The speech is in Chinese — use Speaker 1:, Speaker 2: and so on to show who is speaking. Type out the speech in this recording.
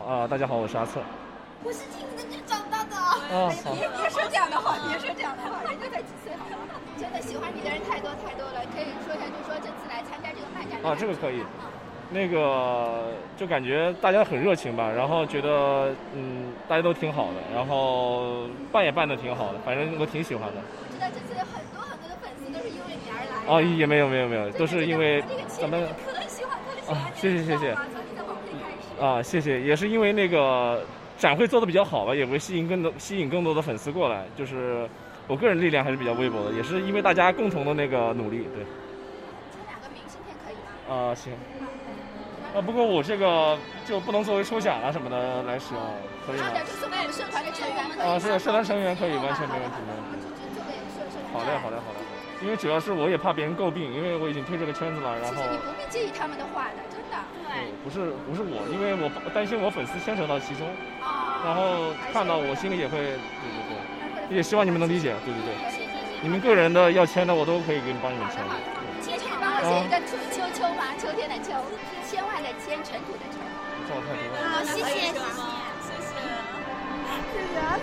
Speaker 1: 啊，大家好，我是阿策。
Speaker 2: 我是听你的歌长大的。
Speaker 1: 啊，好，
Speaker 2: 别别说这样的话，别说这样的话，人家才几岁好吗？真的喜欢你的人太多太多了，可以说一下，就说这次来参加这个漫展的
Speaker 1: 啊
Speaker 2: 感
Speaker 1: 这个
Speaker 2: 受
Speaker 1: 可以
Speaker 2: 啊
Speaker 1: 那个就感觉大家很热情吧，然后觉得嗯，大家都挺好的，然后办也办的挺好的，反正我挺喜欢的。
Speaker 2: 我知道这次有很多很多的粉丝都是因为你而来的。
Speaker 1: 啊，也没有没有没有，
Speaker 2: 真的
Speaker 1: 都是因为
Speaker 2: 真的
Speaker 1: 咱们
Speaker 2: 我这个气氛可喜欢可喜欢
Speaker 1: 啊
Speaker 2: 你了
Speaker 1: 谢谢谢谢
Speaker 2: 你知道吗从你的宝贝开始。
Speaker 1: 啊，谢谢，也是因为那个展会做的比较好吧，也会吸引更多吸引更多的粉丝过来。就是我个人力量还是比较微薄的，也是因为大家共同的那个努力。对，
Speaker 2: 这两个明信片可以吗？
Speaker 1: 啊行，啊不过我这个就不能作为抽奖啊什么的来使用，可以
Speaker 2: 然
Speaker 1: 吗
Speaker 2: 后？点就送给我们社团的成员们可以吗。
Speaker 1: 啊是社团成员可以完全没问题
Speaker 2: 好的
Speaker 1: 好嘞好
Speaker 2: 好的好的就就做给社社团。
Speaker 1: 嘞。好嘞，因为主要是我也怕别人诟病，因为我已经退这个圈子了，然
Speaker 2: 其
Speaker 1: 后
Speaker 2: 实。你不必介意他们的话的，真的。
Speaker 1: 对不是不是我，因为我担心我粉丝牵扯到其中，
Speaker 2: 啊。
Speaker 1: 然后看到我心里也会，对对对，也希望你们能理解，对对对。
Speaker 2: 谢谢。谢谢
Speaker 1: 你们个人的要签的，我都可以给你帮你们
Speaker 2: 好的
Speaker 1: 签
Speaker 2: 好
Speaker 1: 的。
Speaker 2: 的好的，千纸帮我写一个秋秋秋嘛，秋天的秋，千万的千，尘土的尘。
Speaker 1: 这我太多了。
Speaker 2: 好，谢谢谢谢。
Speaker 3: 谢谢。
Speaker 2: 谢谢阿